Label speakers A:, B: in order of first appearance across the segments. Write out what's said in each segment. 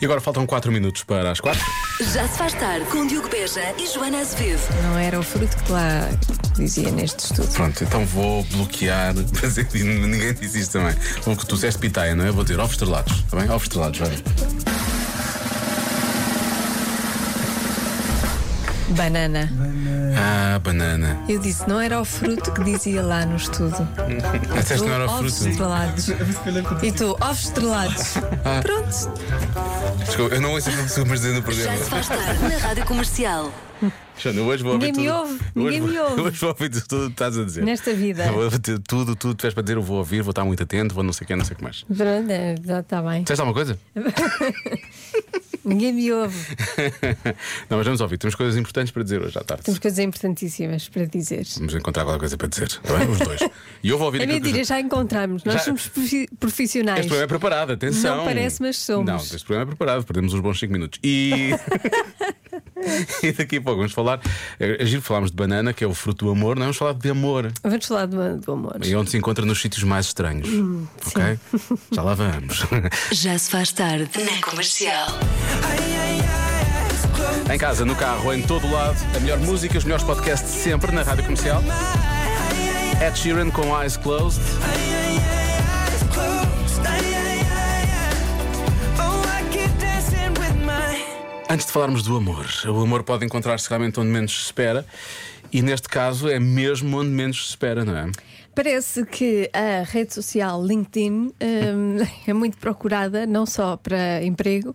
A: E agora faltam 4 minutos para as 4.
B: Já se faz tarde com Diogo Beja e Joana Azevedo.
C: Não era o fruto que lá dizia neste estudo.
A: Pronto, então vou bloquear. Mas ninguém disse isto também. O que tu disseste pitaia, não é? Vou dizer ovos estrelados, está bem? Ovos estrelados, vai.
C: Banana.
A: Ah, banana.
C: Eu disse, não era o fruto que dizia lá no estudo.
A: Disseste que não era o
C: ovos
A: fruto.
C: estrelados. e tu, ovos estrelados.
A: Ah.
C: Pronto.
A: Desculpa, eu não ouço o que tu costumas dizer no
B: Já
A: programa.
B: se faz tarde na Rádio Comercial.
A: Joana, hoje vou ouvir
C: Ninguém me
A: tudo.
C: ouve,
A: hoje,
C: ninguém me
A: vou-
C: ouve.
A: Hoje vou ouvir tudo o que estás a dizer.
C: Nesta vida.
A: Eu Vou ter tudo, tudo. que Tiveres para dizer, eu vou ouvir, vou estar muito atento, vou não sei o que, não sei o que mais.
C: Pronto, é, já está bem.
A: Disseste alguma coisa?
C: Ninguém me ouve.
A: não, mas vamos ouvir. Temos coisas importantes para dizer hoje à tarde.
C: Temos coisas importantíssimas para dizer.
A: Vamos encontrar qualquer coisa para dizer, está bem? Os dois. E eu vou ouvir
C: É
A: aquilo que os
C: mentira, já encontramos. Nós
A: Já-
C: somos profi- profissionais.
A: Este programa é preparado, atenção.
C: Não parece, mas somos.
A: Não, este programa é preparado, perdemos uns bons 5 minutos. E. e daqui a pouco vamos falar. É é giro falámos de banana, que é o fruto do amor, não vamos falar de amor.
C: Vamos falar do, do amor.
A: E onde se encontra nos sítios mais estranhos.
C: Hum,
A: ok? Já lá vamos.
B: Já se faz tarde na Comercial.
A: em casa, no carro, em todo o lado, a melhor música, os melhores podcasts de sempre na rádio comercial. Ed Sheeran com Eyes Closed.
D: Oh,
A: Antes de falarmos do amor, o amor pode encontrar-se realmente onde menos se espera. E neste caso é mesmo onde menos se espera, não é?
C: Parece que a rede social LinkedIn hum, é muito procurada, não só para emprego,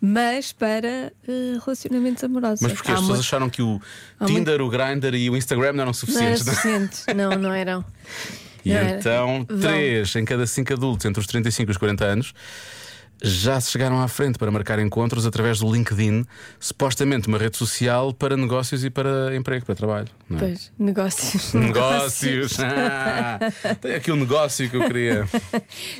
C: mas para eh, relacionamentos amorosos.
A: Mas porque
C: Há
A: as pessoas
C: muito-
A: acharam que o
C: há
A: Tinder, o Grindr e o Instagram não eram
C: Não eram
A: suficientes. não é?
C: suficientes. Não, não eram.
A: E
C: Não era.
A: então,
C: é, Vão.
A: três em cada cinco adultos entre os 35 e os 40 anos já se chegaram à frente para marcar encontros através do LinkedIn, supostamente uma rede social para negócios e para emprego, para trabalho. não é?
C: Pois, negócios.
A: Negócios! Ah, tem aqui um negócio que eu queria.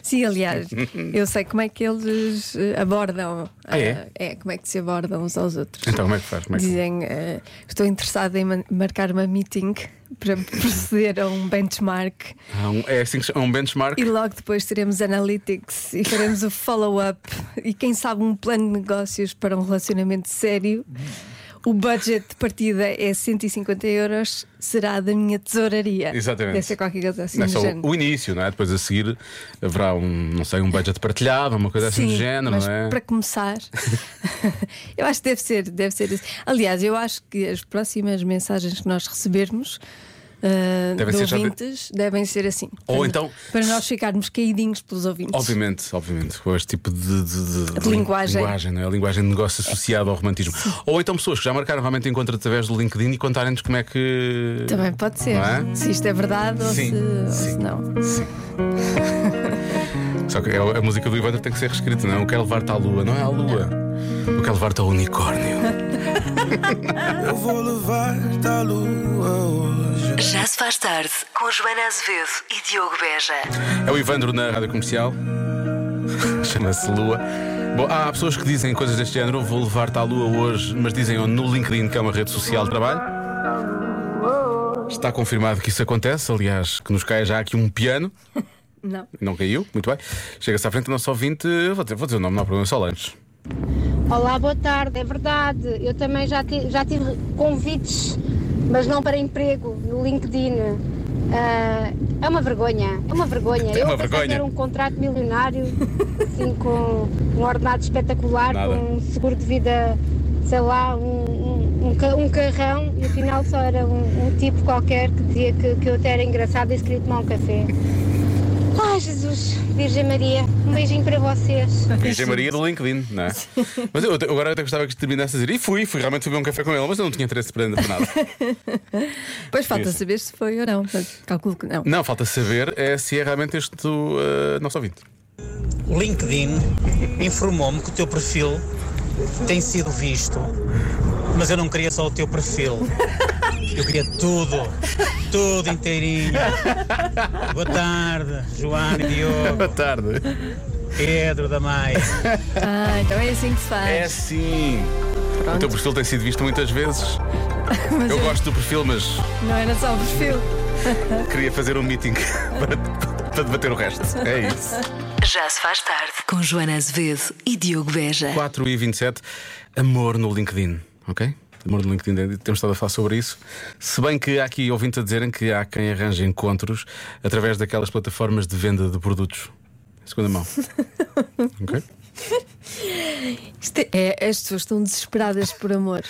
C: Sim, aliás, eu sei como é que eles eh, abordam.
A: Ah, é?
C: eh, como é que se abordam uns aos outros.
A: Então, como é que faz? Como é que-
C: Dizem, eh, estou interessado em man- marcar uma meeting para proceder a um benchmark
A: Há um- É assim que se chama, um benchmark.
C: e logo depois teremos analytics e faremos o follow-up e quem sabe um plano de negócios para um relacionamento sério. O budget de partida é 150 euros, será da minha tesouraria.
A: Exatamente.
C: Deve ser qualquer coisa assim.
A: Não é
C: do
A: só
C: género.
A: o início, não é? Depois a seguir haverá um, não sei, um budget partilhado, uma coisa assim do género,
C: mas
A: não é?
C: Para começar, eu acho que deve ser, deve ser isso. Aliás, eu acho que as próximas mensagens que nós recebermos. ah,
A: Devem
C: de
A: ser já de-
C: ouvintes devem ser assim.
A: Ou
C: Para-
A: então-
C: Para nós ficarmos caidinhos pelos ouvintes.
A: Obviamente, obviamente, com este tipo de, de- de- de
C: linguagem.
A: linguagem, não é? A linguagem de negócio associada ao romantismo. Ou então pessoas que já marcaram realmente encontro através do LinkedIn e contarem-nos como é que.
C: Também pode ser.
A: Não é?
C: Se isto é verdade ou,
A: Sim,
C: se, ou se
A: sim.
C: não.
A: Sim. Só que é a, a música do Ivandro tem que ser reescrita, não é? Eu quero levar-te à lua, não é à lua. Eu quero levar-te ao unicórnio.
E: Eu vou levar-te à lua hoje.
B: Já se faz tarde com Joana Azevedo e Diogo Beja.
A: É o Ivandro na rádio comercial. Chama-se Lua. Bom, há pessoas que dizem coisas deste género, vou levar-te à lua hoje, mas dizem no LinkedIn que é uma rede social de trabalho. Está confirmado que isso acontece, aliás, que nos cai já aqui um piano,
C: Não.
A: não caiu, muito bem. Chega-se à frente do nosso ouvinte, vou dizer, vou dizer o nome, não há problema, só lanches.
F: Olá, boa tarde. É verdade, eu também já, ti- já tive convites, mas não para emprego, no LinkedIn. Ah, é uma vergonha, é uma vergonha.
A: É uma
F: eu pensei
A: vergonha.
F: ter um contrato milionário, assim, com um ordenado espetacular,
A: Nada.
F: com um seguro de vida, sei lá, um, um, um ca- um carrão, e afinal só era um, um tipo qualquer que dizia que, que eu até era engraçado e se queria tomar um café. Ai, Jesus, Virgem Maria, um beijinho para vocês.
A: Virgem Maria do LinkedIn, não é? Mas eu, eu agora até gostava que terminasse a dizer, e fui, fui realmente beber um café com ele, mas eu não tinha interesse para para nada.
C: Pois falta
A: Isso.
C: saber se foi ou não. mas calculo que não.
A: Não, falta saber é se é realmente este uh, nosso ouvinte.
G: O LinkedIn informou-me que o teu perfil tem sido visto, mas eu não queria só o teu perfil. Eu queria tudo, tudo inteirinho. Boa tarde, Joana, Diogo,
A: Boa tarde.
G: Pedro da Maia.
C: Ah, então é assim que se
A: É
C: faz.
A: sim. O teu perfil tem sido visto muitas vezes.
C: Mas
A: Eu
C: eu-
A: gosto do perfil, mas
C: Não era só o perfil.
A: queria fazer um meeting para, para debater o resto. É isso.
B: Já se faz tarde. Com Joana Azevedo e Diogo Beja.
A: 4 e 27, amor no LinkedIn, ok? Amor no LinkedIn, temos estado a falar sobre isso. Se bem que há aqui ouvintes a dizerem que há quem arranja encontros através daquelas plataformas de venda de produtos. Em Segunda mão. ok?
C: Isto é, as pessoas estão desesperadas por amor.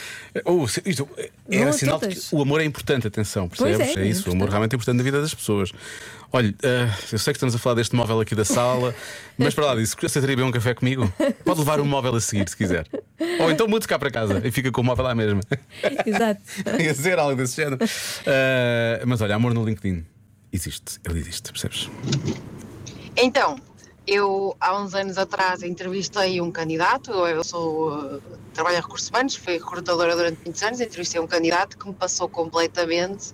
A: Ou, se- isto é
C: Não
A: sinal de que
C: atentas.
A: o amor é importante, atenção,
C: Pois é,
A: percebes?
C: é
A: isso, o amor
C: importante.
A: realmente é importante na vida das pessoas. Olha, ah, eu sei que estamos a falar deste móvel aqui da sala, mas para lá disso, aceitaria beber um café comigo? Pode levar um móvel a seguir, se quiser. Ou então mude cá para casa e fica com o móvel lá mesmo.
C: Exato.
A: Ia dizer algo desse género. Ah, mas olha, amor no LinkedIn existe, ele existe, percebes?
H: Então, eu há uns anos atrás entrevistei um candidato, eu eu sou eh, trabalho em recursos humanos, fui recrutadora durante muitos anos, entrevistei um candidato que me passou completamente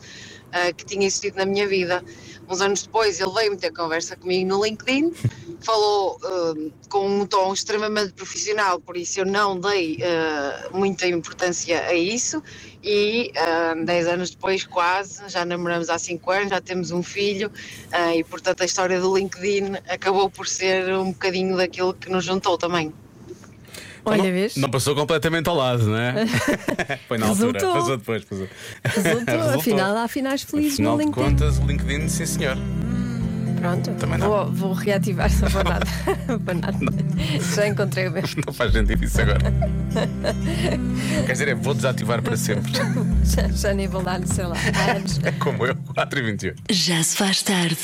H: eh, que tinha existido na minha vida. Uns anos depois ele veio-me ter conversa comigo no LinkedIn, falou eh, com um tom extremamente profissional, por isso eu não dei eh, muita importância a isso e ah, 10 anos depois quase, já namoramos há 5 anos, já temos um filho ah, e portanto a história do LinkedIn acabou por ser um bocadinho daquilo que nos juntou também.
C: Olha,
A: Então não,
C: vês?
A: Não passou completamente ao lado, não é? Foi na altura,
C: Resultou.
A: passou depois. Passou.
C: Resultou, afinal, há finais felizes
A: Afinal
C: no
A: de
C: LinkedIn.
A: contas, o LinkedIn, sim senhor.
C: Pronto,
A: Também não.
C: vou, vou reativar só para nada. para nada. Já encontrei o meu.
A: Não faz sentido isso agora. Quer dizer, é, vou desativar para sempre.
C: Já, já nem vou lá no celular. Há anos.
A: É como eu, 4 e 28.
B: Já se faz tarde.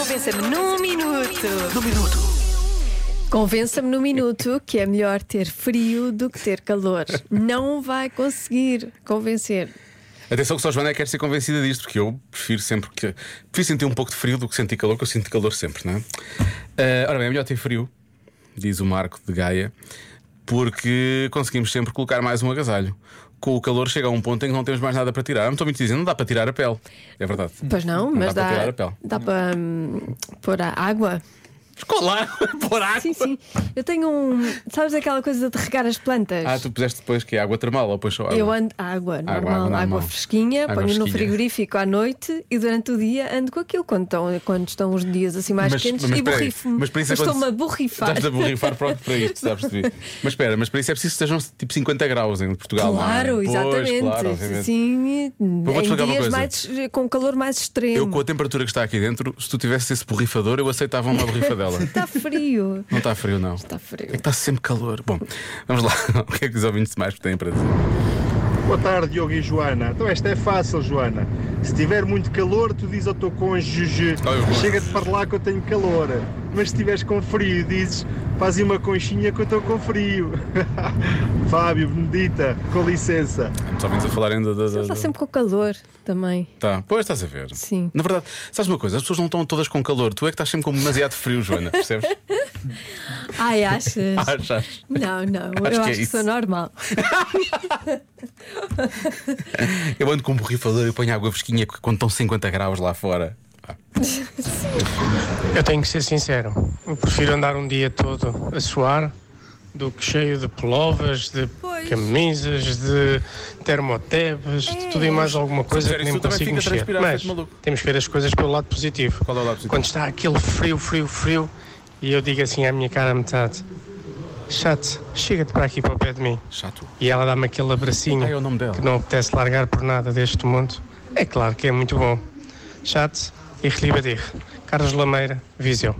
C: Convença-me num minuto. Num minuto. Convença-me num minuto que é melhor ter frio do que ter calor. Não vai conseguir convencer.
A: Atenção que só a Joana é que quer ser convencida disto, porque eu prefiro sempre que. Prefiro sentir um pouco de frio do que sentir calor, que eu sinto calor sempre, não é? Ah, ora bem, é melhor ter frio, diz o Marco de Gaia, porque conseguimos sempre colocar mais um agasalho. Com o calor chega a um ponto em que não temos mais nada para tirar. Há muito dizendo, não dá para tirar a pele. É verdade.
C: Pois não, mas
A: dá para tirar
C: dá,
A: a pele.
C: dá para hum, pôr a água.
A: Escolar, por água.
C: Sim, sim. Eu tenho um. Sabes aquela coisa de regar as plantas?
A: Ah, tu puseste depois que é água termal ou depois só água?
C: Eu ando água normal, água,
A: água normal.
C: fresquinha,
A: Água
C: ponho no
A: fresquinha.
C: frigorífico à noite e durante o dia ando com aquilo quando estão, quando estão os dias assim mais
A: Mas-
C: quentes
A: mas
C: e
A: espera aí,
C: borrifo-me.
A: mas para isso aconte-
C: estou-me a borrifar.
A: Estás a borrifar para, para isto, sabes? Mas espera, mas para isso é preciso que estejam tipo 50 graus em Portugal. não é?
C: Claro,
A: Pois,
C: exatamente.
A: claro, obviamente.
C: Sim,
A: vou-te
C: em
A: explicar uma
C: dias
A: coisa.
C: mais, com calor mais
A: Eu, com
C: extremo.
A: a temperatura que está aqui dentro, se tu tivesse esse borrifador, eu aceitava uma borrifadela.
C: Está frio.
A: não está frio, não.
C: Está
A: É que
C: frio.
A: está sempre calor. Bom, vamos lá. O que é que os ouvintes mais têm para dizer?
I: Boa tarde, Diogo e Joana. Então esta é fácil, Joana. Se tiver muito calor, tu dizes ao teu cônjuge
A: Olha, boa.
I: chega-te para lá que eu tenho calor. Mas se estiveres com frio, dizes faz aí uma conchinha que eu estou com frio. Fábio, Benedita, com licença.
A: Os ouvintes a falarem da. da- da-
C: Está sempre com calor também.
A: Tá. Pois estás a ver.
C: Sim.
A: Na verdade, sabes uma coisa? As pessoas não estão todas com calor. Tu é que estás sempre com demasiado frio, Joana, percebes?
C: Ai, achas?
A: Achas?
C: Não, não,
A: Acho
C: eu
A: que é
C: acho que sou
A: isso.
C: normal.
A: Eu ando com um borrifador e ponho água fresquinha quando estão 50 graus lá fora. Ah,
J: Eu tenho que ser sincero. Eu prefiro andar um dia todo a suar do que cheio de pullovers, de
C: Pois.
J: camisas, de termotebes, de tudo e mais alguma coisa
A: fizer
J: que nem
A: isso, também
J: consigo
A: fica a
J: mexer.
A: transpirar,
J: Mas
A: feito maluco.
J: temos que ver as coisas pelo lado positivo.
A: Qual é o lado positivo?
J: Quando está aquele frio, frio, frio, e eu digo assim à minha cara a metade: Chato, chega-te para aqui para o pé de mim.
A: Chato.
J: E ela dá-me aquele abracinho
A: Ah, é o nome dela.
J: que não apetece largar por nada deste mundo. É claro que é muito bom. Chat e Relibadir. Carlos Lameira, Viseu.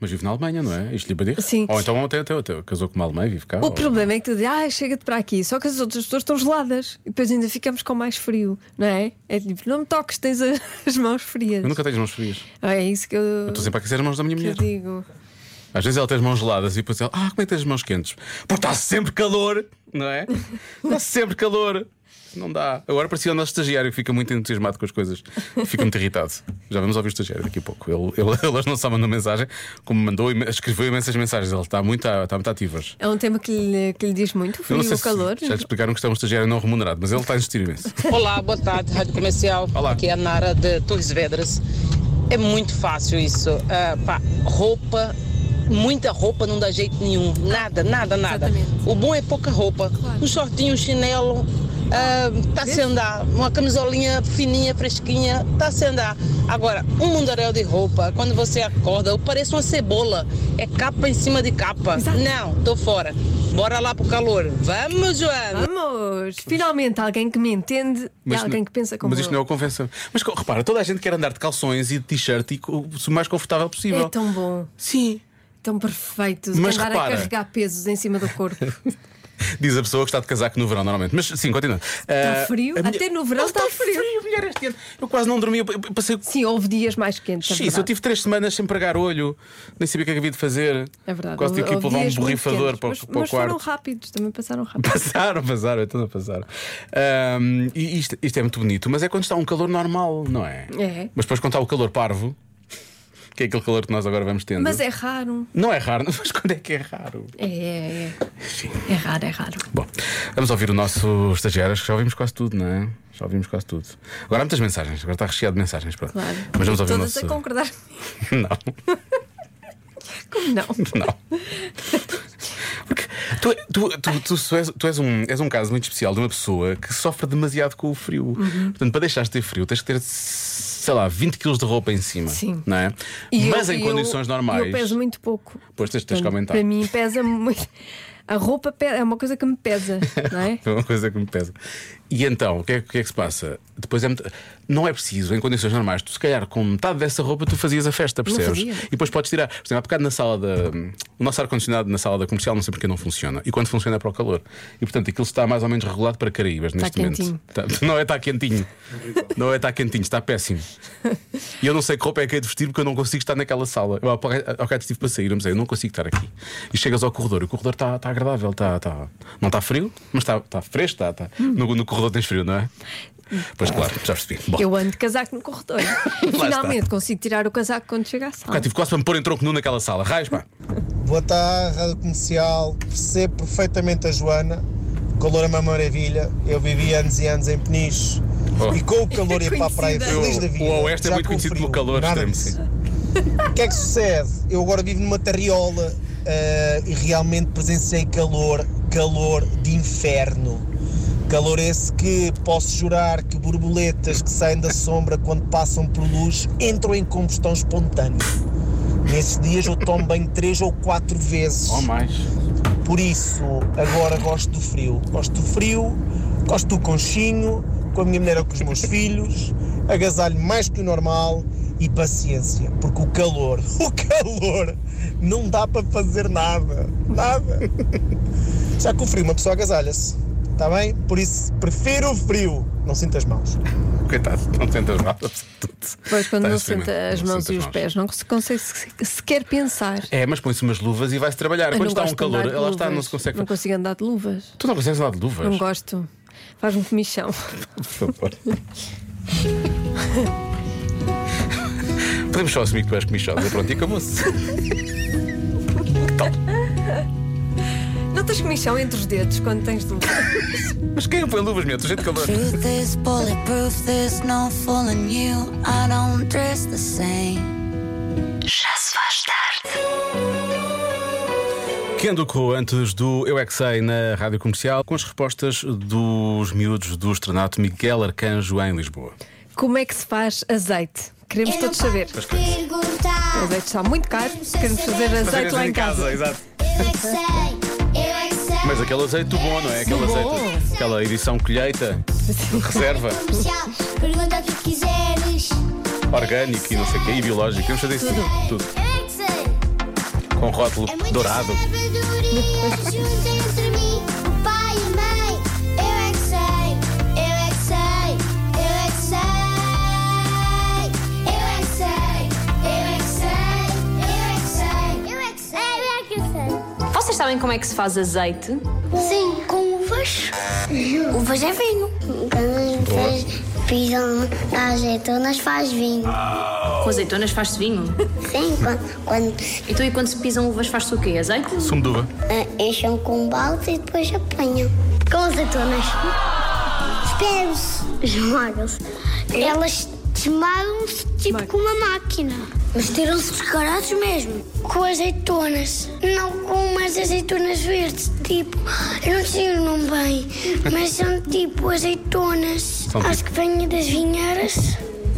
A: Mas vive na Alemanha, não é? Isto lhe para dizer?
C: Sim.
A: Ou então até, até, até casou com uma alemã e vive cá.
C: O
A: ou-
C: problema é que tu dizes, ah, chega-te para aqui, só que as outras pessoas estão geladas e depois ainda ficamos com mais frio, não é? É tipo, não me toques, tens a- as mãos frias.
A: Eu nunca tenho as mãos frias.
C: Ah, É isso que eu,
A: Estou sempre a aquecer as mãos da minha
C: que eu
A: mulher.
C: digo.
A: Às vezes ela tem as mãos geladas e depois ela, ah, como é que tens as mãos quentes? Porque está sempre calor, não é? Está sempre calor. Não dá. Agora parecia o nosso estagiário que fica muito entusiasmado com as coisas. Fica muito irritado. Já vamos ouvir o estagiário daqui a pouco. Ele, ele, ele hoje não só mandou mensagem, como mandou, imen- escreveu imensas mensagens. Ele está muito, está muito ativo hoje.
C: É um tema que lhe, que lhe diz muito, o
A: Eu
C: frio
A: não
C: e
A: sei
C: o calor.
A: Se já lhe explicaram que isto é um estagiário não remunerado, mas ele está a insistir imenso.
D: Olá, boa tarde, Rádio Comercial.
A: Olá.
D: Aqui é a Nara de Torres Vedras. É muito fácil isso. Ah, pá, roupa, muita roupa não dá jeito nenhum. Nada, nada, nada.
C: Exatamente.
D: O bom é pouca roupa. Um shortinho, um chinelo, Está-se a andar. Uma camisolinha fininha, fresquinha, está-se a andar. Agora, um mundaréu de roupa, quando você acorda, eu pareço uma cebola. É capa em cima de capa. Não, tô fora. Bora lá pro calor. Vamos, Joana!
C: Vamos! Finalmente alguém que me entende e alguém
A: não-
C: que pensa como
A: Mas isto
C: eu.
A: não é o convenção. Mas co- repara, toda a gente quer andar de calções e de t-shirt e co- o mais confortável possível.
C: É tão bom.
A: Sim.
C: Tão perfeito.
A: Mas
C: andar
A: repara.
C: a carregar pesos em cima do corpo.
A: Diz a pessoa que está de casaco no verão, normalmente. Mas sim, continua. Ah,
C: Está frio? Até no verão está frio.
A: mulher, este ano. Eu quase não dormi. Eu eu passei.
C: Sim, houve dias mais quentes. é
A: X, eu
C: verdade.
A: tive três semanas sem pregar olho, nem sabia o que é que havia de fazer.
C: É verdade.
A: Quase tive que ir
C: houve
A: levar um
C: dias muito
A: borrifador
C: quentes,
A: para, o-
C: mas,
A: para
C: mas
A: o quarto.
C: foram rápidos, também passaram rápido.
A: Passaram, passaram, então não passaram. Ahm, e isto, isto é muito bonito, mas é quando está um calor normal, não é?
C: É.
A: Mas depois quando está o calor parvo, que é aquele calor que nós agora vamos tendo.
C: Mas é raro.
A: Não é raro, mas quando é que é raro?
C: É, é, é. É raro, é raro.
A: Bom, vamos ouvir o nosso estagiário, acho que já ouvimos quase tudo, não é? Já ouvimos quase tudo. Agora há muitas mensagens, agora está recheado de mensagens, pronto.
C: Claro.
A: Mas vamos ouvir o
C: Todas
A: nosso.
C: a concordar.
A: Não.
C: Como não?
A: Não. Porque tu, tu, tu, tu, tu és, tu és um, és um caso muito especial de uma pessoa que sofre demasiado com o frio.
C: Uhum.
A: Portanto, para deixares de ter frio, tens que ter, sei lá, 20 kg de roupa em cima.
C: Sim.
A: Não é?
C: E
A: Mas
C: eu-
A: em
C: eu-
A: condições normais,
C: Eu peso muito pouco.
A: depois tens, tens que
C: Portanto,
A: aumentar.
C: Para mim pesa muito. A roupa pe- é uma coisa que me pesa, não é?
A: É uma coisa que me pesa. E então, o que é, o que, é que se passa? Depois é muito- Não é preciso, em condições normais, tu se calhar com metade dessa roupa tu fazias a festa, percebes?
C: fazia.
A: E depois podes tirar. Por exemplo, há bocado na sala da. O nosso ar-condicionado na sala da comercial não sei porque não funciona. E quando funciona é para o calor. E portanto aquilo está mais ou menos regulado para Caraíbas neste
C: quentinho.
A: momento. Está- não é está quentinho. não é está quentinho, está péssimo. E eu não sei que roupa é que é de vestir porque eu não consigo estar naquela sala. Eu, há pouco- há bocado estive para sair, eu me sei, eu não consigo estar aqui. E chegas ao corredor, e o corredor está está agradável, está, está- não está frio, mas está, está fresco, está, está.
C: Hum.
A: No, no corredor tens frio, não é? Pois claro, já percebi. Bom,
C: Eu ando de casaco no corredor. E
A: está. é
C: finalmente consigo tirar o casaco quando chega à
A: há bocado
C: sala.
A: tive quase para me pôr em tronco nu naquela sala. Raios, pá.
K: Boa tarde, Rádio Comercial. Percebo perfeitamente a Joana. O calor é uma maravilha. Eu vivi anos e anos em Peniche.
A: Oh.
K: E com o calor ia para a praia
A: Eu-
K: feliz da vida.
A: o Oeste é
K: Já
A: muito
K: com o
A: conhecido pelo
K: frio,
A: calor
K: nada
A: extremo.
K: disso.
A: sim.
K: O que é que sucede? Eu agora vivo numa terriola ah, e realmente presenciei calor, calor de inferno. Calor esse que posso jurar que borboletas que saem da sombra quando passam por luz entram em combustão espontânea. Nesses dias eu tomo banho três ou quatro vezes.
A: Ou mais.
K: Por isso, agora gosto do frio. Gosto do frio, gosto do conchinho, com a minha mulher ou com os meus filhos, agasalho mais que o normal e paciência, porque o calor, o calor, não dá para fazer nada, nada. Já com o frio, uma pessoa agasalha-se, está bem? Por isso, prefiro o frio. Não sintas mãos.
A: Coitado, não sentas mal.
C: Depois, quando
A: Está
C: não
A: a experimentar,
C: senta as
A: não
C: mãos
A: senta
C: e
A: as
C: os
A: mãos.
C: pés, não se consegue se- sequer pensar.
A: É, mas põe-se umas luvas e vai-se trabalhar.
C: Eu
A: Quando
C: não
A: está
C: gosto
A: um
C: de andar
A: calor,
C: de
A: ela está, não
C: luvas.
A: se consegue.
C: Não consigo andar de luvas.
A: Tu não consegues andar de
C: Não
A: luvas?
C: gosto. Faz-me comichão.
A: Por favor. Podemos só assumir que tu és comichosa. Pronto, e acabou-se.
C: Não tens comichão entre os dedos quando tens de luvas.
A: Mas quem põe luvas, meu? Tu gente calor.
L: Truth is bulletproof, there's no fooling you. I don't dress the same.
B: Já se faz tarde.
A: Kenduko, antes do Eu é que Sei na rádio comercial, com as respostas dos miúdos do estrenato Miguel Arcanjo em Lisboa.
C: Como é que se faz azeite? Queremos todos saber. O azeite está muito caro, queremos fazer azeite lá em casa.
A: exato.
L: Eu é que sei.
A: Mas aquele azeite do bom, não é? Aquele
C: Do bom.
A: azeite, aquela edição colheita, reserva,
L: Comercial, pergunta o que quiseres.
A: orgânico e não sei o quê, e biológico. Queremos fazer isso tudo. tudo.
L: Eu é que sei.
A: Com rótulo
L: É muita
A: dourado.
L: sabedoria junto entre mim, o pai e a mãe. Eu é que sei. Eu é que sei. Eu é que sei. Eu é que sei. Eu é que sei. Eu é que sei. Eu é que sei.
M: Vocês sabem como é que se faz azeite?
L: Sim, com uvas. Uvas é vinho. Quando faz pisam nas azeitonas, faz vinho.
M: Com azeitonas faz-se vinho.
L: Sim, quando, quando
M: Então, e quando se pisam uvas faz-se o quê? Azeite?
A: Sumo de uva.
L: enchem com um balde e depois apanham. Com azeitonas. É. Esmagam-se. Esmagam-se. Elas esmagam-se tipo com uma máquina. Mas tiram-se descarados mesmo? Com azeitonas. Não com umas azeitonas verdes, tipo. Eu não sei o nome bem, mas são tipo azeitonas.
A: São
L: Acho que vêm das vinheiras.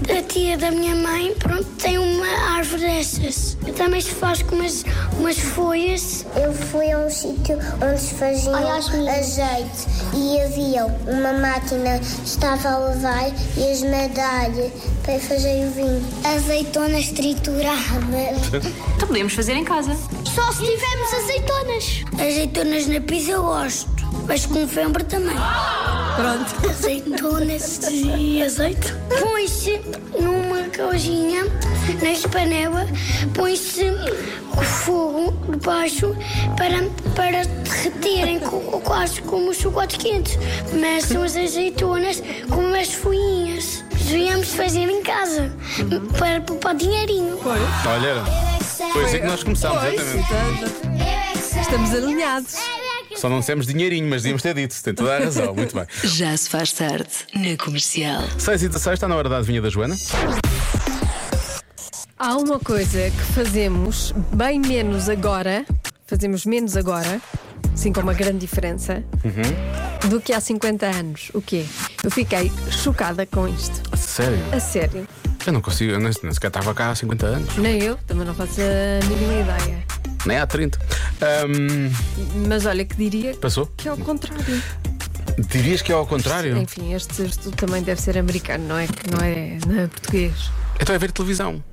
L: A tia da minha mãe, pronto, tem uma árvore dessas. Também se faz com umas, umas folhas.
N: Eu fui a um sítio onde se faziam azeite e havia uma máquina que estava a lavar e a esmerdar para fazer o vinho. Azeitonas trituradas.
M: Então podemos fazer em casa.
L: Só se tivermos azeitonas. Azeitonas na pizza eu gosto, mas com fembra também. Pronto. Azeitonas e azeite. Põe-se numa cozinha, na espanela, põe-se o fogo debaixo para, para derreterem co- quase como os chocolates quentes. Mas são as azeitonas como as folhinhas. Devíamos fazer em casa para poupar dinheirinho.
A: Olha, foi assim que nós começámos, exatamente.
C: Estamos alinhados.
A: Só não dissemos dinheirinho, mas devíamos ter dito, tem toda a razão, muito bem.
B: Já se faz tarde na comercial.
A: 6 e 16 está na hora da adivinha da Joana.
C: Há uma coisa que fazemos bem menos agora, fazemos menos agora, sim, com uma grande diferença, do que há 50 anos. O quê? Eu fiquei chocada com isto.
A: Sério?
C: A sério.
A: Eu não consigo, eu nem nem sequer estava cá há 50 anos,
C: Nem eu, também não faço a mínima ideia.
A: nem há 30. Ahm,
C: Mas olha, que diria
A: passou?
C: que é ao contrário.
A: Dirias que é ao contrário?
C: Enfim, este estudo também deve ser americano, não é? Que não é, não é português.
A: Então é ver televisão.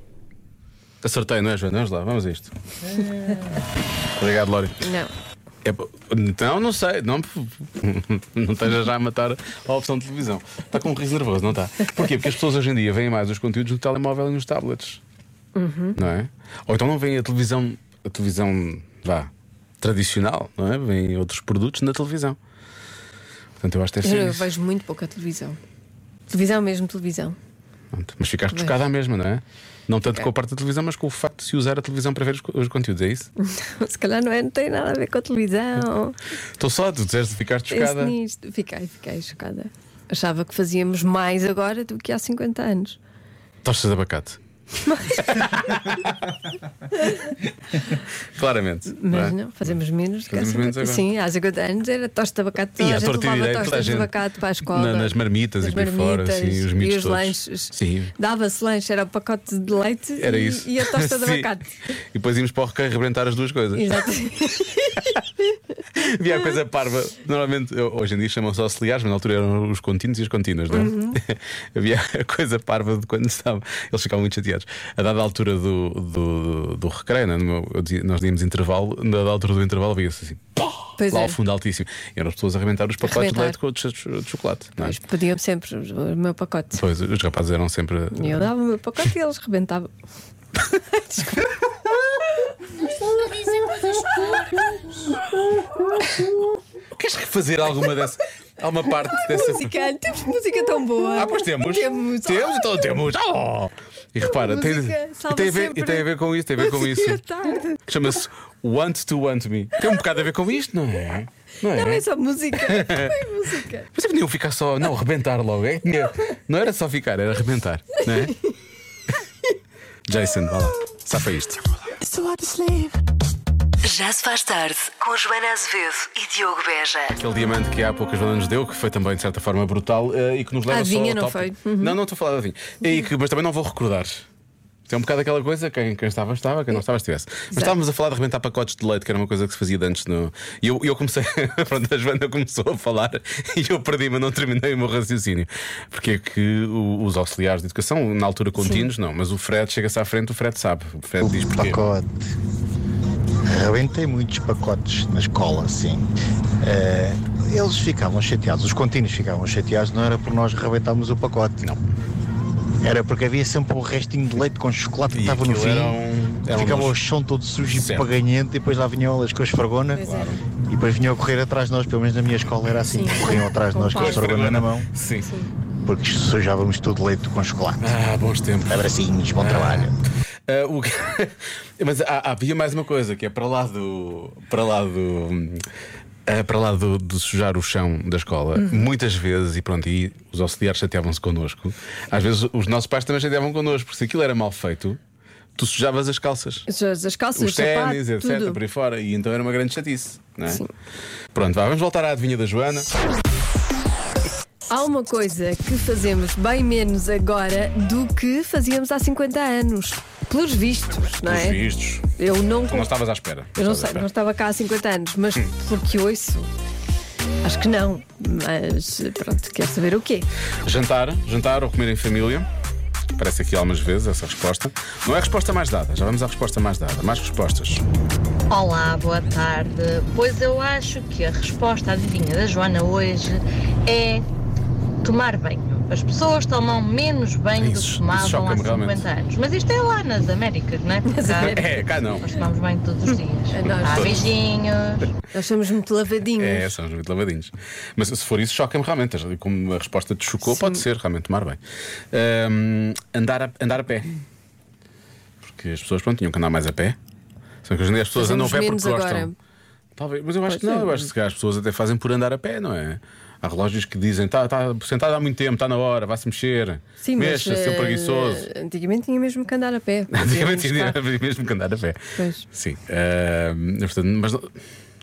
A: Acertei, não é, Joana? Vamos lá, vamos a isto. Obrigado, Lório.
C: Não.
A: É, pá, então, não sei, não, não esteja já a matar a opção de televisão. Está com um riso nervoso, não está? Porquê? Porque as pessoas hoje em dia veem mais os conteúdos no telemóvel e nos tablets,
O: Uhum.
A: não é? Ou então não veem a televisão, a televisão vá, tradicional, não é? Vêm outros produtos na televisão. Portanto, eu acho que deve
C: Eu,
A: ser
C: eu
A: isso.
C: vejo muito pouca televisão. Televisão mesmo, televisão.
A: Pronto, Mas ficaste
C: Vejo.
A: tocada à mesma, não é? Não tanto
C: Ok.
A: com a parte da televisão, mas com o facto de se usar a televisão para ver os, co- os conteúdos, é isso?
C: Se calhar não, é, não tem nada a ver com a televisão.
A: Estou só, tu disseste que ficaste
C: Pense
A: chocada.
C: nisto. Fiquei, fiquei chocada. Achava que fazíamos mais agora do que há 50 anos. é.
A: Tostas de abacate. Claramente. não é?
C: Mas não, fazemos menos do que há
A: Fazemos
C: 50
A: menos agora.
C: Sim, há 50 anos era tosta de abacate. Toda
A: E
C: a
A: à
C: gente
A: torta e
C: levava
A: direito, toda a
C: tostas de
A: gente.
C: abacate para a escola.
A: Na- nas marmitas
C: Nas
A: e por aí fora,
C: marmitas
A: sim, os
C: e
A: mitos
C: os
A: todos.
C: lanches.
A: Sim.
C: Dava-se lanche, era o pacote de leite
A: Era
C: e,
A: isso.
C: e a tosta de
A: Sim.
C: abacate.
A: E depois íamos para o recreio rebentar as duas coisas.
C: Exato.
A: Havia a coisa parva. Normalmente, eu- hoje em dia chamam-se auxiliares, mas na altura eram os contínuos e as contínuas, não é?
P: Uhum.
A: Havia a coisa parva de quando estava. Eles ficavam muito chateados. A dada altura do, do, do recreio, não é? No meu- eu dizia- nós dizíamos intervalo, na dada altura do intervalo havia-se assim. pó,
C: Pois
A: lá
C: é.
A: ao fundo altíssimo. E eram as pessoas a arrebentar os pacotes
C: Arrebentar.
A: de leite com o de, cho- de chocolate. Não é?
C: Pediam sempre o meu pacote.
A: Pois, os rapazes eram sempre.
C: E eu dava o meu pacote e eles rebentavam.
L: Estou a dizer coisas
A: Queres refazer alguma dessa. Alguma parte dessa.
C: música, temos música tão boa.
A: Ah, pois temos.
C: Temos.
A: Temos, então temos. Oh! E repara, tem,
C: música salva
A: e tem, a ver,
C: sempre.
A: e tem a ver com isso, tem a ver com isso. Que Chama-se Want to Want Me. Tem um bocado a ver com isto, não é? Não é?
C: Não é só música. Foi música.
A: Mas eu podiam ficar só. Não, rebentar logo. É? que tinha- Não era só ficar, era rebentar, não é? Jason, vá lá. Safa isto.
B: Já se faz tarde com Joana Azevedo e Diogo Beja.
A: Aquele diamante que há pouco a Joana nos deu, que foi também de certa forma brutal eh, e que nos leva
B: A vinha,
A: só
B: não
A: ao tópico- Não, não estou a falar da vinha. E que, mas também não vou recordar. Isto É um bocado aquela coisa, quem, quem estava, estava, quem não estava, estivesse. Mas estávamos a falar de arrebentar pacotes de leite, que era uma coisa que se fazia de antes. No... E eu, eu comecei, pronto, a Joana começou a falar e eu perdi, mas não terminei o meu raciocínio. Porque é que o- os auxiliares de educação, na altura contínuos, não, mas o Fred chega-se à frente, o Fred sabe. O Fred diz
K: tá
A: porquê.
Q: pacote. Arrebentei muitos pacotes na escola, sim. Eh, eles ficavam chateados, os contínuos ficavam chateados, não era por nós arrebentarmos o pacote. Não. Era porque havia sempre um restinho de leite com chocolate que estava no
A: aquilo
Q: fim.
A: era um- era um
Q: ficava
A: nojo.
Q: o chão todo sujo
A: Certo.
Q: e paganhento e depois lá vinham elas com a esfregona e depois vinham a correr atrás de nós, pelo menos na minha escola era assim, corriam atrás de nós com a esfregona na mão.
A: Sim.
Q: Porque sujávamos tudo de leite com chocolate.
A: Ah, bons tempos.
Q: Abracinhos, bom trabalho.
A: Ah, o que- Mas há- havia mais uma coisa que é para lá do. Para lá do. hum, ah, para lá do, de sujar o chão da escola,
P: Uhum.
A: muitas vezes, e pronto, e os auxiliares chateavam-se connosco, às vezes os nossos pais também chateavam connosco, porque se aquilo era mal feito, tu sujavas as calças.
C: As, as calças,
A: os
C: o sapato,
A: ténis, etc.
C: tudo.
A: Por aí fora. E então era uma grande chatice. Não é? Pronto, vá, vamos voltar à adivinha da Joana.
C: Há uma coisa que fazemos bem menos agora do que fazíamos há 50 anos. Pelos vistos, não
A: Os
C: é?
A: vistos. Então
C: Eu não.
A: Não estavas à espera.
C: Eu não,
A: Estavas à
C: sei,
A: espera.
C: não estava cá há 50 anos, mas
A: Hum.
C: porque ouço. Acho que não. Mas pronto, quer saber o quê?
A: Jantar, jantar ou comer em família? Aparece aqui algumas vezes essa resposta. Não é a resposta mais dada, já vamos à resposta mais dada. Mais respostas.
O: Olá, boa tarde. Pois eu acho que a resposta à adivinha da Joana hoje é tomar banho. As pessoas tomam menos banho do que tomavam há
A: choca-me
O: 50
A: realmente.
O: anos. Mas isto é lá nas Américas, não é? Porque cá
A: É, cá não.
O: Nós tomamos banho todos os dias.
A: É nós.
O: Ah, beijinhos.
C: Nós somos muito lavadinhos.
A: É, são os muito lavadinhos. Mas se for isso, choca-me realmente. Como a resposta te chocou, pode ser, realmente, tomar bem. Ahm, andar, a, andar a pé. Porque as pessoas pronto, tinham que andar mais a pé. Só que hoje em dia as pessoas
C: Fazemos
A: andam a pé
C: menos
A: porque
C: agora.
A: gostam. Talvez, mas eu acho que não, eu acho que se calhar as pessoas até fazem por andar a pé, não é? Há relógios que dizem, tá, tá sentado há muito tempo, está na hora, vai-se mexer.
C: Sim, mas,
A: Mexa, seu
C: eh,
A: preguiçoso.
C: Antigamente tinha mesmo que andar a pé.
A: Antigamente tinha mesmo que andar a pé. Sim. ah, portanto, mas não, não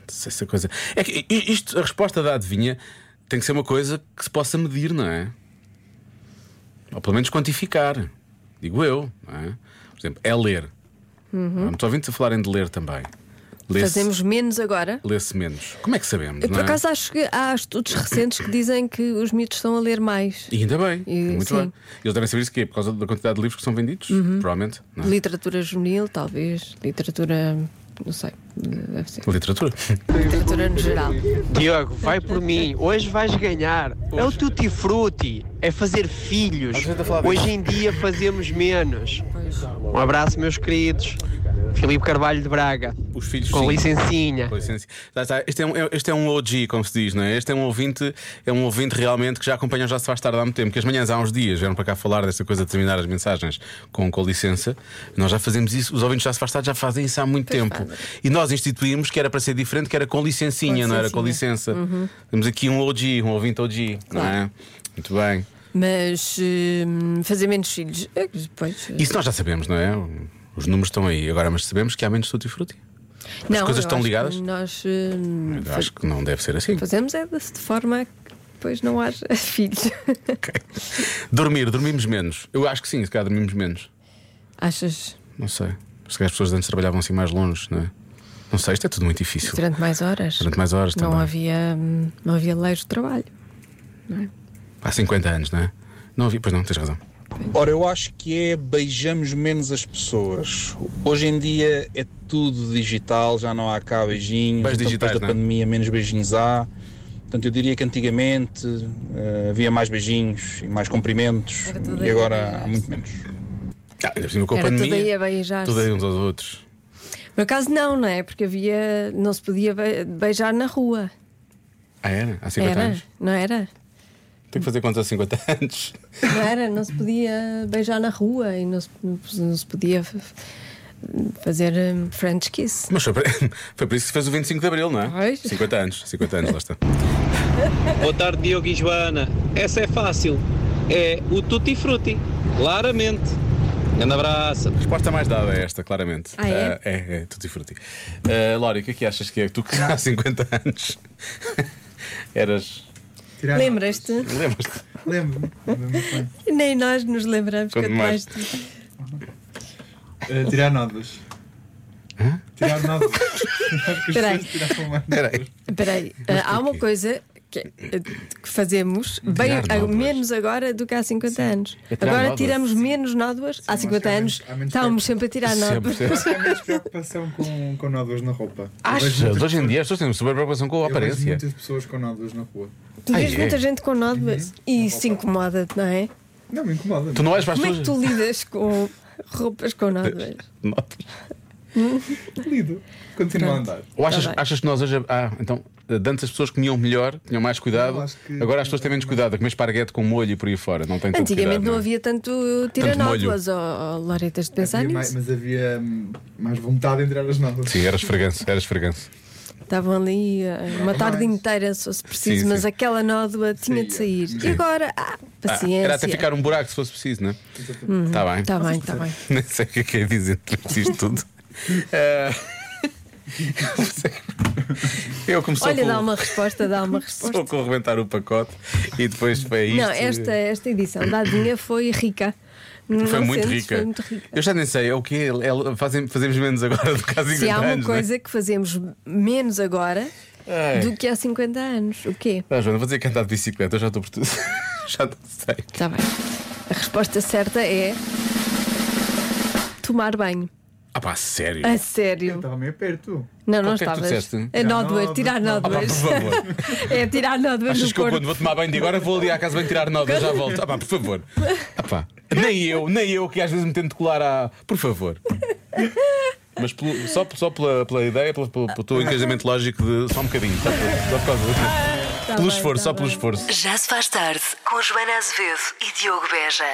A: sei se a coisa. É que i- isto, a resposta da adivinha tem que ser uma coisa que se possa medir, não é? Ou pelo menos quantificar. Digo eu, não é? Por exemplo, é ler.
C: Uhum.
A: Estou ouvindo-te a falarem de ler também. Lê-se
C: Fazemos menos agora.
A: lê-se menos. Como é que sabemos?
C: Eu,
A: não
C: por
A: é?
C: acaso acho que há estudos recentes que dizem que os miúdos estão a ler mais.
A: E ainda bem. é muito
C: sim.
A: bem. Eles devem saber isso que é por causa da quantidade de livros que são vendidos,
C: Uhum.
A: provavelmente. Não é?
C: Literatura juvenil, talvez. Literatura. Não sei. Deve ser.
A: Literatura.
C: Literatura no geral.
P: Diogo, vai por mim, hoje vais ganhar. É o tutti frutti, é fazer filhos. Hoje em dia fazemos menos. Um abraço, meus queridos. Filipe Carvalho de Braga.
A: Os filhos
P: Com
A: sim.
P: licencinha.
A: Com licencinha. Tá, tá. Este, é um, é- este é um OG, como se diz, não é? Este é um ouvinte, é um ouvinte realmente que já acompanha o já se faz tarde há muito tempo, que as manhãs há uns dias vieram para cá falar dessa coisa de terminar as mensagens com, com licença. Nós já fazemos isso, os ouvintes já se faz tarde já fazem isso há muito tempo. E nós instituímos que era para ser diferente, que era com licencinha,
C: Com
A: não era com
C: licencinha.
A: licença.
C: Uhum.
A: Temos aqui um OG, um ouvinte OG, não é? Muito bem.
C: Mas hum, fazer menos filhos. eh, Pois.
A: Isso nós já sabemos, não é? Os números estão aí agora, mas sabemos que há menos tutti frutti. As
C: Não,
A: coisas
C: eu
A: estão
C: acho que
A: ligadas?
C: Nós hum,
A: Eu acho que não deve ser assim.
C: fazemos é de de forma que depois não haja filhos.
A: Dormir, dormimos menos. Eu acho que sim, se calhar dormimos menos.
C: Achas
A: Não sei. Se calhar as pessoas antes trabalhavam assim mais longe, não é? Não sei, isto é tudo muito difícil.
C: durante mais horas?
A: Durante mais horas
C: não
A: também.
C: havia, hum, não havia leis de trabalho. não é?
A: Há 50 anos, não é? Não havia, pois não, tens razão.
R: Ora, eu acho que é beijamos menos as pessoas. Hoje em dia é tudo digital, já não há cá beijinhos. Depois
A: Beijos digitais,
R: da
A: não é?
R: pandemia, menos beijinhos há. Portanto, eu diria que antigamente eh, havia mais beijinhos e mais cumprimentos e agora há muito menos.
A: Ah, ainda por cima com a
C: Era tudo aí
A: pandemia.
C: a beijar.
A: Tudo aí uns aos outros.
C: Por acaso não, não é? Porque havia. não se podia be- beijar na rua.
A: Ah, era? Há 50
C: era?
A: anos?
C: Não era?
A: Tenho que fazer contas há 50 anos.
C: Não era? Não se podia beijar na rua e não se, não se podia f- fazer hum, French kiss.
A: Mas foi, por- foi por isso que se fez o 25 de Abril, não é?
C: Pois.
A: 50 anos, 50 anos, lá está.
S: Boa tarde, Diogo e Joana. Essa é fácil. É o Tutti Frutti. Claramente. Grande abraço.
A: Resposta mais dada é esta, claramente.
S: Ah, é?
A: Ah, é, é, tutti frutti. Ah, Lória, o que é que achas que é? Tu que há 50 anos eras.
C: Lembras-te?
A: Lembras-te?
C: Lembro. Nem nós nos lembramos
A: Quanto
C: quanto mais.
A: mais.
C: tu-
T: Eh, tirar nodas. Tirar nodas.
C: Espera aí.
A: Espera aí.
C: Espera aí, ah, há uma coisa que, eh, que fazemos bem,
A: Tirar
C: ah,
A: nódoas.
C: menos agora do que há 50 anos.
A: É tirar
C: Agora
A: nódoas.
C: tiramos menos nódoas. há 50 anos estávamos sempre a tirar nódoas.
T: Há menos preocupação com, com nódoas na roupa.
A: Achas? Hoje em dia as pessoas têm super preocupação com a
T: Eu vejo
A: aparência.
T: muitas pessoas com nódoas na rua.
C: Tu
A: Ah,
C: vês
A: é?
C: muita gente com nódoas e isso incomoda-te, não é?
T: Não, me incomoda.
A: Tu não olhas para as
C: Como é que tu
A: pessoas-
C: lidas com roupas com nódoas?
T: Lido. Continua a andar.
A: Ou achas,
T: Tá bem.
A: achas que nós hoje. Ah, então, de antes as pessoas comiam melhor, tinham mais cuidado. Agora as pessoas têm menos cuidado, a comer esparguete com molho e por aí fora. Não é? tem tanto
C: Antigamente
A: cuidado.
C: não havia tanto tiranódoas, ó oh, Loretas, de pensar
T: Havia mais-
C: nisso.
T: mas havia hum, mais vontade em tirar as notas.
A: Sim, era esfreganço, era esfreganço.
C: Estavam ali eh, uma
A: Não
C: tarde
A: mais.
C: inteira, se fosse preciso,
A: Sim,
C: mas
A: sim. é.
C: aquela nódoa tinha de sair. E agora, ah, paciência.
A: Ah, era até ficar um buraco se fosse preciso, não é?
C: Uhum.
A: Está bem.
C: Tá bem, tá bem.
A: Nem sei o que é que é dizer depois disto tudo. Ah, Eu comecei
C: Olha,
A: com,
C: dá uma resposta, dá uma resposta.
A: começou com arrebentar o pacote e depois foi isto.
C: Não, esta, esta edição da Adinha foi rica.
A: Foi
C: Não
A: muito
C: sentes?
A: rica.
C: Foi muito rica.
A: Eu já nem sei, é o quê? É- é- fazem- fazemos menos agora do que há 50
C: Se há uma
A: anos, não é?
C: coisa que fazemos menos agora
A: Ai.
C: do que há 50 anos, o quê?
A: Ah, Joana, vou dizer que andar de bicicleta, eu já estou por tudo. já não sei.
C: Está Tá bem. A resposta certa é tomar banho.
A: Ah, pá, sério.
C: A sério.
T: Estava meio perto.
C: Não, não
A: O então, que é que tu
C: estavas.
A: disseste?
C: a nódoas,
T: Nódoas,
C: tirar
A: nódoas. Ah,
C: nódoas.
A: pá, por favor.
C: é tirar nódoas
A: Achas que
C: do
A: eu quando
C: corpo.
A: vou tomar banho de agora vou ali à casa bem tirar nódoas, já volto. Ah, pá, por favor. Ah, pá. Nem eu, nem eu que às vezes me tento colar à. Por favor. Mas pelo- só, só pela, pela ideia, pelo, pelo- pelo teu engajamento lógico de só um bocadinho, só por, só por causa do-
B: Tá
C: Ah,
A: Pelo
B: bem,
A: esforço,
B: tá
A: só pelo esforço.
B: Já se faz tarde com Joana Azevedo e Diogo Beja.